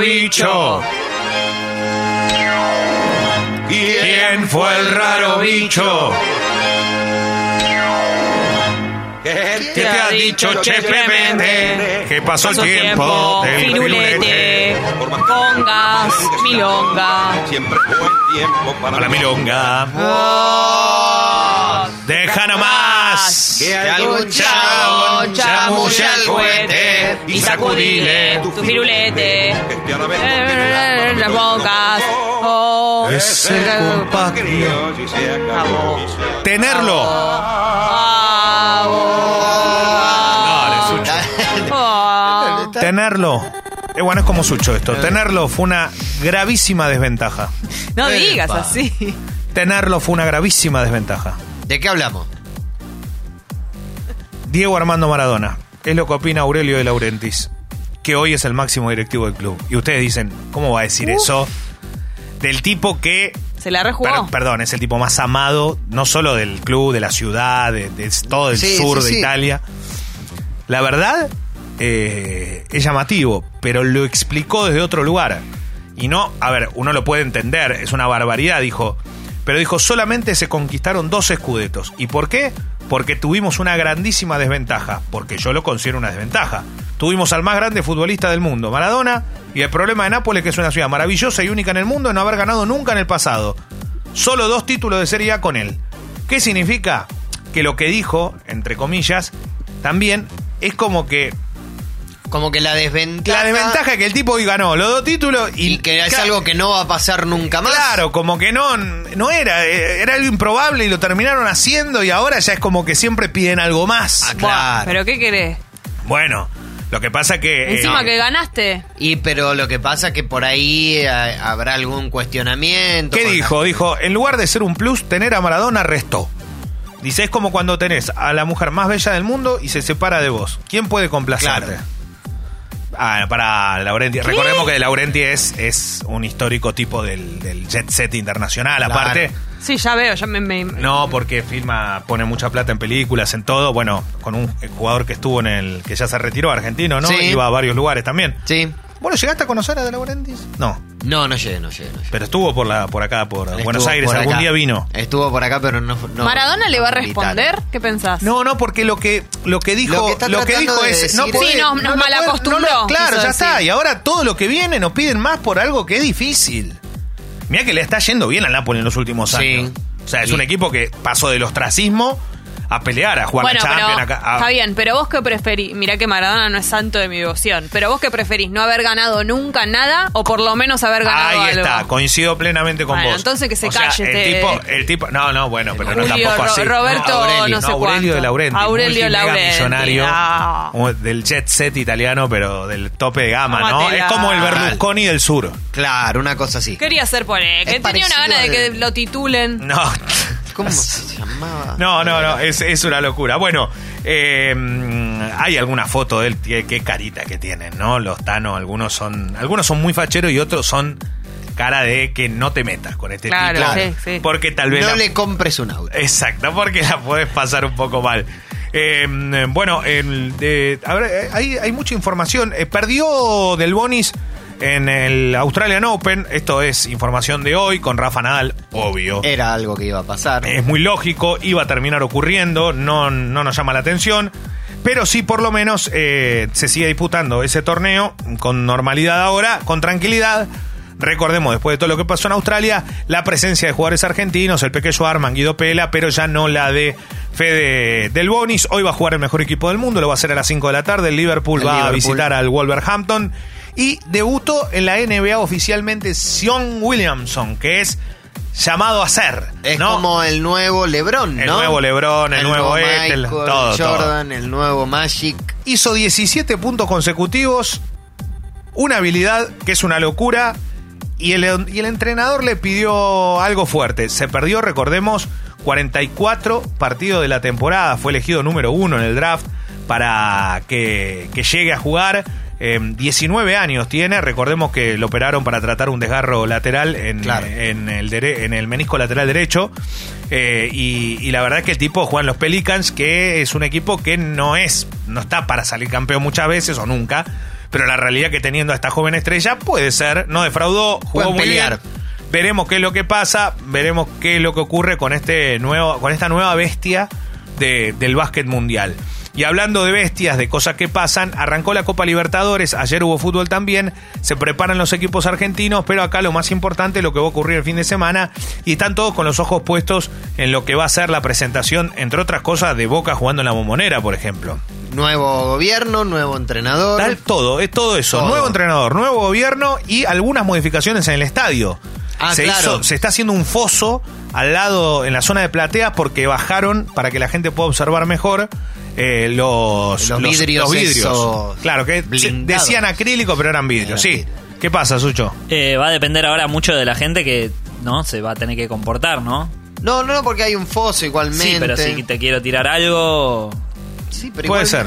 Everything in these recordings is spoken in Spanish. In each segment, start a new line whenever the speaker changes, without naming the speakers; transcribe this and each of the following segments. bicho? ¿Quién fue el raro bicho? ¿Qué te ha dicho Che Clemente? Que pasó el
Paso
tiempo del pirulete.
firulete, congas, milonga.
Siempre fue tiempo para,
A la milonga. Deja nomás.
Que
algún
algún
chao,
chabón
chamulla
chamulla
el cohete
y sacudile tu firulete.
Este
Eh, Las bocas. Oh,
Creo si se acabó.
Tenerlo.
ah,
Dale,
oh,
Sucho.
ah, oh.
Tenerlo. Eh, bueno, es como Sucho esto. Tenerlo fue una gravísima desventaja.
No digas
Epa.
así.
Tenerlo fue una gravísima desventaja.
¿De qué hablamos?
Diego Armando Maradona. Es lo que opina Aurelio de Laurentis, que hoy es el máximo directivo del club. Y ustedes dicen, ¿cómo va a decir eso? Del tipo que.
Se la rejugó.
per- perdón, es el tipo más amado, no solo del club, de la ciudad, de, de todo el
Sí,
sur
sí,
de
sí.
Italia. La verdad, eh, es llamativo, pero lo explicó desde otro lugar. Y no, a ver, uno lo puede entender, es una barbaridad, dijo. Pero dijo, solamente se conquistaron dos escudetos. ¿Y por qué? Porque tuvimos una grandísima desventaja, porque yo lo considero una desventaja. Tuvimos al más grande futbolista del mundo, Maradona, y el problema de Nápoles, que es una ciudad maravillosa y única en el mundo, es no haber ganado nunca en el pasado. Solo dos títulos de Serie A con él. ¿Qué significa? Que lo que dijo, entre comillas, también es como que
Como que la desventaja.
la desventaja es que el tipo hoy ganó los dos títulos y,
Y que es
Claro,
algo que no va a pasar nunca más.
Claro, como que no, no era, eh, era algo improbable y lo terminaron haciendo y ahora ya es como que siempre piden algo más.
Ah, claro. Eh,
¿Pero qué querés?
Bueno, lo que pasa que... eh,
Encima que ganaste.
Y pero lo que pasa es que por ahí eh, habrá algún cuestionamiento.
¿Qué
con la-
dijo? Dijo, en lugar de ser un plus, tener a Maradona restó. Dice, es como cuando tenés a la mujer más bella del mundo y se separa de vos. ¿Quién puede complacerte?
Claro.
Ah, para Laurenti. Recordemos que De Laurenti es, es un histórico tipo del, del jet set internacional,
Claro.
aparte.
Sí, ya veo, ya me. me-
No, porque filma, pone mucha plata en películas, en todo. Bueno, con un jugador que estuvo en el. que ya se retiró, argentino, ¿no?
Sí.
Iba a varios lugares también.
Sí.
¿Vos lo llegaste a conocer a De Laurentiis? No,
No, no llegué, no llegué. no llegué.
pero estuvo por, la, por acá, por
Estuvo
Buenos Aires.
por
Algún
acá.
día vino.
Estuvo por acá, pero no. no-
¿Maradona le va a
no
responder? ¿Qué pensás?
No, no, porque lo que lo que dijo
Lo que
lo que,
está tratando
dijo
de
es
decir-
no
Sí,
podés-
nos- nos
no lo podés-
malacostumbró,
no lo- claro,
quiso
ya está.
decir.
Y ahora todo lo que viene nos piden más por algo que es difícil. Mirá que le está yendo bien al Napoli en los últimos
Sí.
años. O sea, es un
Y-
equipo que pasó del ostracismo a pelear, a jugar
Bueno,
la
pero
Champions. a ca- a-
está bien, pero vos qué preferís, mirá que Maradona no es santo de mi devoción, pero vos qué preferís, no haber ganado nunca nada o por lo menos haber ganado
Ahí está,
algo.
coincido plenamente con
Bueno,
vos.
entonces que se
O sea,
calle
El
este-
tipo, el tipo, no, no, bueno, pero no
Julio
tampoco
Ro-
así.
Roberto,
No,
no,
Aurelio,
sé
Aurelio
cuánto.
de Laurenti,
Aurelio Laurenti. ah.
millonario,
no.
del jet set italiano, pero del tope de gama, ¿no?
Tómatela.
Es como el Berlusconi del sur.
Claro, una cosa así.
Quería ser por él, que
Es
tenía una
parecido
gana de que
al-
lo titulen.
No.
¿Cómo se llamaba?
No, no, no, es, es una locura. Bueno, eh, hay alguna foto de él, qué, qué carita que tienen, ¿no? Los Tano, algunos son, algunos son muy facheros y otros son cara de que no te metas con este
Claro,
tipo.
sí, sí.
Porque tal vez la-
No
Eh,
le compres un auto.
Exacto, porque la podés pasar un poco mal. Eh, bueno, el de- a ver, eh, hay, hay mucha información. Eh, perdió Del Bonis en el Australian Open. Esto es información de hoy con Rafa Nadal, obvio.
Era algo que iba a pasar.
Es muy lógico, iba a terminar ocurriendo, no, no nos llama la atención. Pero sí, por lo menos, eh, se sigue disputando ese torneo con normalidad ahora, con tranquilidad. Recordemos, después de todo lo que pasó en Australia, la presencia de jugadores argentinos, el pequeño Arman, Guido Pela, pero ya no la de Fede Del Bonis. Hoy va a jugar el mejor equipo del mundo, lo va a hacer a las 5 de la tarde. El Liverpool
El
va a
Liverpool.
visitar al Wolverhampton. Y debutó en la NBA oficialmente Sion Williamson, que es llamado a ser.
Es
¿no?
como el nuevo LeBron, ¿no?
El nuevo LeBron, el nuevo este, el-
Michael
todo, todo.
Jordan, el nuevo Magic.
hizo 17 puntos consecutivos, una habilidad que es una locura, y el, y el entrenador le pidió algo fuerte. Se perdió, recordemos, 44 partidos de la temporada, fue elegido número uno en el draft para que, que llegue a jugar. Eh, 19 años tiene, recordemos que lo operaron para tratar un desgarro lateral en,
Claro.
en, el, dere- en el menisco lateral derecho. Eh, y, y la verdad es que el tipo juega en los Pelicans, que es un equipo que no es, no está para salir campeón muchas veces o nunca. Pero la realidad que teniendo a esta joven estrella puede ser, no defraudó, jugó
Pueden
muy
pelear.
bien. Veremos qué es lo que pasa, veremos qué es lo que ocurre con, este nuevo, con esta nueva bestia de- del básquet mundial. Y hablando de bestias, de cosas que pasan, arrancó la Copa Libertadores, ayer hubo fútbol también, se preparan los equipos argentinos, pero acá lo más importante es lo que va a ocurrir el fin de semana y están todos con los ojos puestos en lo que va a ser la presentación, entre otras cosas, de Boca jugando en la bombonera, por ejemplo.
Nuevo gobierno, nuevo entrenador.
Tal todo, es todo eso.
Todo.
Nuevo entrenador, nuevo gobierno y algunas modificaciones en el estadio.
Ah,
se,
claro.
se está haciendo un foso al lado, en la zona de plateas, porque bajaron para que la gente pueda observar mejor eh, los,
Los vidrios
vidrios.
esos
Claro, que se-
blindados.
decían acrílico, pero eran vidrios.
Eran
Sí.
vidrios.
¿Qué pasa, Sucho?
Eh, va a depender ahora mucho de la gente que no se va a tener que comportar, ¿no?
No, no, porque hay un foso igualmente.
Sí, pero si te quiero tirar algo.
Sí, pero
Puede
igual
ser.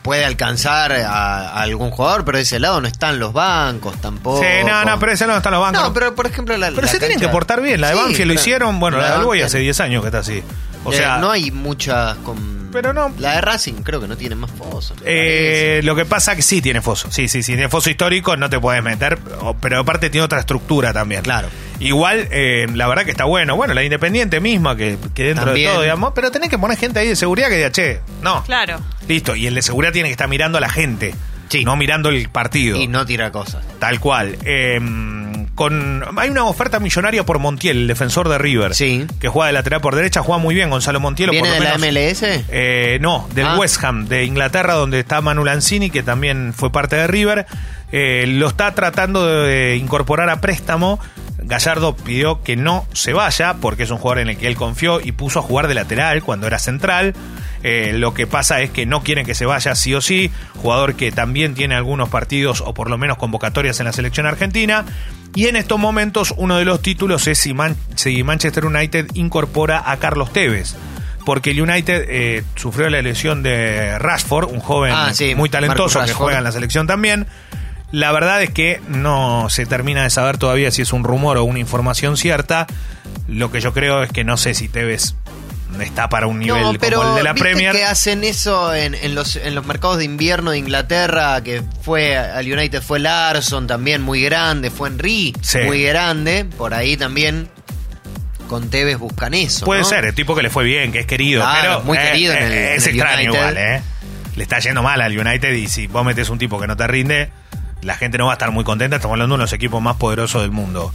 Puede alcanzar a, a algún jugador, pero de ese lado no están los bancos tampoco.
Sí, no, no, pero ese no están los bancos.
No, pero por ejemplo la
Pero
la
se tienen
cancha-
que portar bien. La de
Sí,
Banfield lo
pero-
hicieron, bueno, la, de Alboy
Banfield-
hace 10 años que está así. O
Eh,
sea,
no hay muchas con...
Pero no-
La de Racing creo que no tiene más fosos. me parece.
Eh, lo que pasa que sí tiene foso. Sí, sí, sí. Tiene foso histórico, no te puedes meter. o- Pero aparte tiene otra estructura también.
Claro.
Igual, eh, la verdad que está bueno. Bueno, la independiente misma, que, que dentro
También.
de todo, digamos. Pero tenés que poner gente ahí de seguridad que diga, che, no.
Claro.
Listo. Y el de seguridad tiene que estar mirando a la gente.
Sí.
No mirando el partido.
Y no tira cosas.
Tal cual. Eh, con, hay una oferta millonaria por Montiel, el defensor de River.
Sí.
Que juega de lateral por derecha, juega muy bien Gonzalo Montiel. o
¿Viene
por lo
de la
menos-
MLS?
eh, no, del
Ah.
West Ham, de Inglaterra, donde está Manu Lanzini, que también fue parte de River. Eh, lo está tratando de incorporar a préstamo. Gallardo pidió que no se vaya, porque es un jugador en el que él confió y puso a jugar de lateral cuando era central. Eh, lo que pasa es que no quieren que se vaya sí o sí. Jugador que también tiene algunos partidos o por lo menos convocatorias en la selección argentina. Y en estos momentos uno de los títulos es si, Man- si Manchester United incorpora a Carlos Tevez porque el United eh, sufrió la lesión de Rashford, un joven
Ah, sí,
muy talentoso
Marcus
que
Rashford.
juega en la selección también. La verdad es que no se termina de saber todavía si es un rumor o una información cierta. Lo que yo creo es que no sé si Tevez está para un nivel
no, pero
como el de la
¿viste
Premier.
que hacen eso en, en los, en los mercados de invierno de Inglaterra, que fue al United fue Larson también muy grande, fue Henry
Sí.
muy grande, por ahí también con Tevez buscan eso.
Puede
¿no?
ser, el tipo que le fue bien, que es querido.
Claro,
pero,
muy
eh,
querido en el-
eh,
en
es
el
extraño
United.
igual, ¿eh? Le está yendo mal al United y si vos metes un tipo que no te rinde, la gente no va a estar muy contenta. Estamos hablando de uno de los equipos más poderosos del mundo.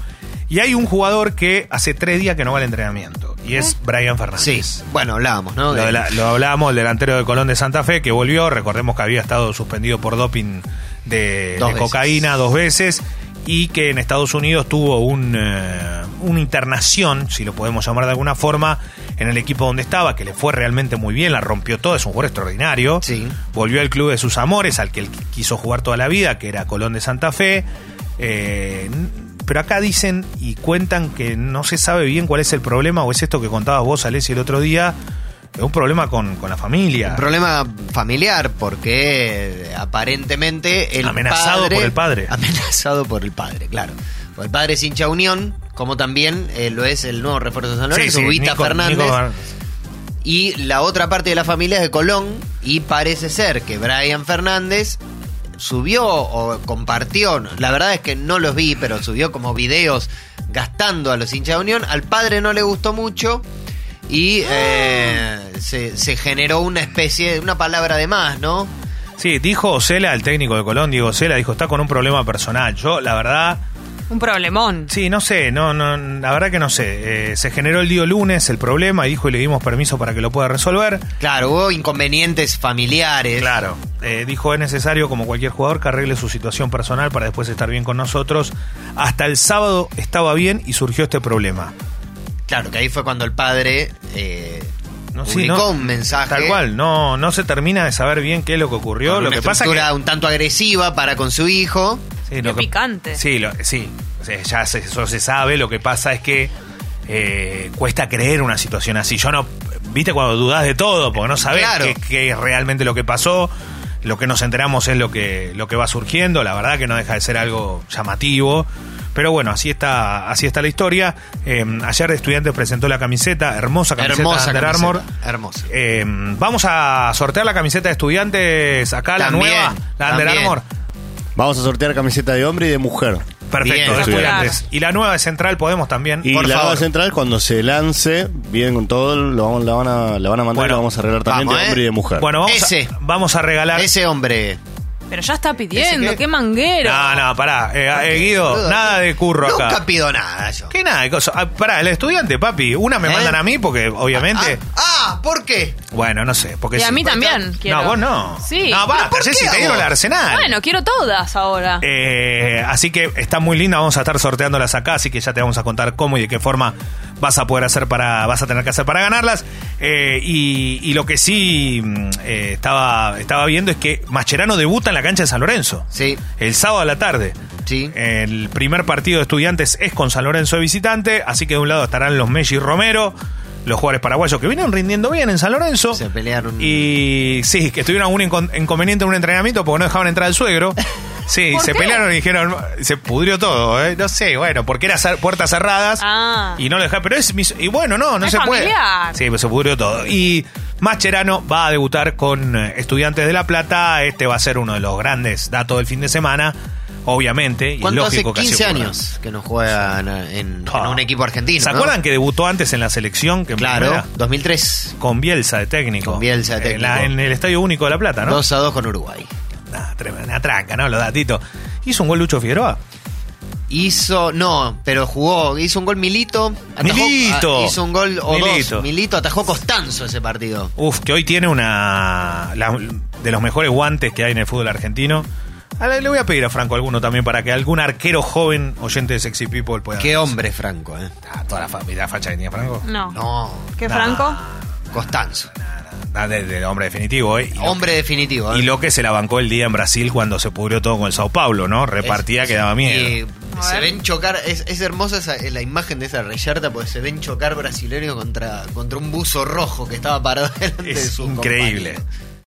Y hay un jugador que hace tres días que no va al entrenamiento y es Brian Fernández.
¿Eh? Sí, bueno, hablábamos, ¿no?
Lo,
De-
de la- lo hablábamos, el delantero de Colón de Santa Fe que volvió. Recordemos que había estado suspendido por doping de,
Dos
de
veces.
cocaína dos veces y que en Estados Unidos tuvo un, eh, una internación, si lo podemos llamar de alguna forma, en el equipo donde estaba, que le fue realmente muy bien, la rompió todo, es un jugador extraordinario.
Sí.
Volvió al club de sus amores, al que él quiso jugar toda la vida, que era Colón de Santa Fe. Eh, pero acá dicen y cuentan que no se sabe bien cuál es el problema, o es esto que contabas vos, Alessi, el otro día. eh, Un problema con, con la familia.
Un problema familiar, porque eh, aparentemente el
Amenazado
padre-
por el padre.
Amenazado por el padre, claro. Porque el padre es hincha unión, como también eh, lo es el nuevo refuerzo de San
Sí,
Lorenzo,
sí,
Vita
Nico-
Fernández.
Nico Fernández.
Y la otra parte de la familia es de Colón y parece ser que Brian Fernández subió o compartió, la verdad es que no los vi, pero subió como videos gastando a los hinchas de Unión. Al padre no le gustó mucho y eh, se, se generó una especie, una palabra de más, ¿no?
Sí, dijo Osela, el técnico de Colón, Diego Osela, dijo, está con un problema personal. Yo, la verdad,
Un problemón.
sí, no sé, no, no, la verdad que no sé. Eh, se generó el día lunes el problema y dijo y le dimos permiso para que lo pueda resolver.
Claro, hubo inconvenientes familiares.
Claro, eh, dijo es necesario como cualquier jugador que arregle su situación personal para después estar bien con nosotros. Hasta el sábado estaba bien y surgió este problema.
Claro, que ahí fue cuando el padre eh,
No, sí,
publicó
no,
un mensaje.
Tal cual, no, no se termina de saber bien qué es lo que ocurrió.
con
Lo
una
que pasa que
estructura un tanto agresiva para con su hijo.
Sí,
Qué
lo que-
picante.
Sí, lo- sí. O sea, ya se- eso se sabe. Lo que pasa es que eh, cuesta creer una situación así. Yo no. Viste cuando dudás de todo, porque no sabés
Claro.
qué, qué es realmente lo que pasó. Lo que nos enteramos es lo que, lo que va surgiendo. La verdad que no deja de ser algo llamativo. Pero bueno, así está, así está la historia. Eh, ayer Estudiantes presentó la camiseta, hermosa camiseta
Hermosa
de Under
camiseta,
Armour. Em,
hermosa.
Eh, vamos a sortear la camiseta de Estudiantes acá, la
También,
nueva, la Under
también.
Armour.
Vamos a sortear camiseta de hombre y de mujer.
Perfecto,
Bien,
de
estudiantes.
estudiantes. Y la nueva de Central Podemos también.
Y
por
la nueva
favor.
central, cuando se lance, bien con todo, lo, vamos- la, van a, la van a mandar
Bueno,
y la vamos a arreglar también
vamos,
de
¿eh?
hombre y de mujer.
Bueno, vamos,
Ese.
A, vamos a regalar.
Ese hombre.
Pero ya está pidiendo,
¿Ese qué?
qué? manguero.
No, no, pará. Eh, eh, Guido,
Boludo,
nada de curro
nunca
acá.
Nunca pido nada yo.
¿Qué nada? de cosa? Ah, pará, el estudiante, papi. Una me
¿Eh?
mandan a mí porque, obviamente.
Ah, ah, ¿por qué?
Bueno, no sé. Porque
Y a
sí.
mí también.
No,
quiero.
vos no.
Sí.
No,
¿Pero
basta,
por
Jessy,
qué a
te dieron
vos?
el arsenal.
Bueno, quiero todas ahora.
Eh, así que está muy linda, vamos a estar sorteándolas acá, así que ya te vamos a contar cómo y de qué forma vas a poder hacer para, vas a tener que hacer para ganarlas. Eh, y, y lo que sí mm, eh, estaba, estaba viendo es que Mascherano debuta en la cancha de San Lorenzo.
Sí.
El sábado a la tarde.
Sí.
El primer partido de estudiantes es con San Lorenzo de visitante, así que de un lado estarán los Messi y Romero, los jugadores paraguayos que vinieron rindiendo bien en San Lorenzo.
Se pelearon.
Y sí, que tuvieron algún incon- inconveniente en un entrenamiento porque no dejaban entrar al suegro. Sí,
¿Por
se
qué?
pelearon y dijeron, se pudrió todo, ¿eh? no sé, bueno, porque era cer- puertas cerradas
Ah.
y no lo dejaron, pero es mis- y bueno, no, no
Es
se
familiar.
puede. Sí, pues se pudrió todo. Y Mascherano va a debutar con eh, Estudiantes de La Plata, este va a ser uno de los grandes datos del fin de semana, obviamente, y es
¿Cuánto hace
lógico que así
15
ocurra.
años que no juega en, en-
Ah.
en un equipo argentino?
¿Se
no?
acuerdan que debutó antes en la selección? Que en
Claro,
primera?
2003.
Con Bielsa de técnico.
Con Bielsa de
En
técnico.
la- En, el Estadio Único de La Plata, ¿no?
2 a 2 con Uruguay.
Nah, tremenda tranca, ¿no? Los datitos. Hizo un gol Lucho Figueroa.
Hizo, no, pero jugó, hizo un gol Milito. atajó-
Milito.
ah, hizo un gol o
Milito.
dos. Milito atajó Costanzo ese partido.
Uf, que hoy tiene una. la- de los mejores guantes que hay en el fútbol argentino. A la- le voy a pedir a Franco alguno también para que algún arquero joven oyente de Sexy People pueda.
Qué hombre, Franco, ¿eh?
Ah, toda la, fa- mirá la facha que tenía Franco.
No.
No,
¿Qué,
Nah.
Franco?
Costanzo.
Ah, de, de hombre definitivo, ¿eh? Y lo-
Hombre definitivo. ¿eh?
y lo que se la bancó el día en Brasil cuando se pudrió todo con el Sao Paulo, ¿no? Repartida
Es-
que daba miedo.
y
A
se
ver.
ven chocar, es, es hermosa esa- eh, la imagen de esa reyerta porque se ven chocar brasileños contra, contra un buzo rojo que estaba parado delante de
es
su
increíble.
compañero.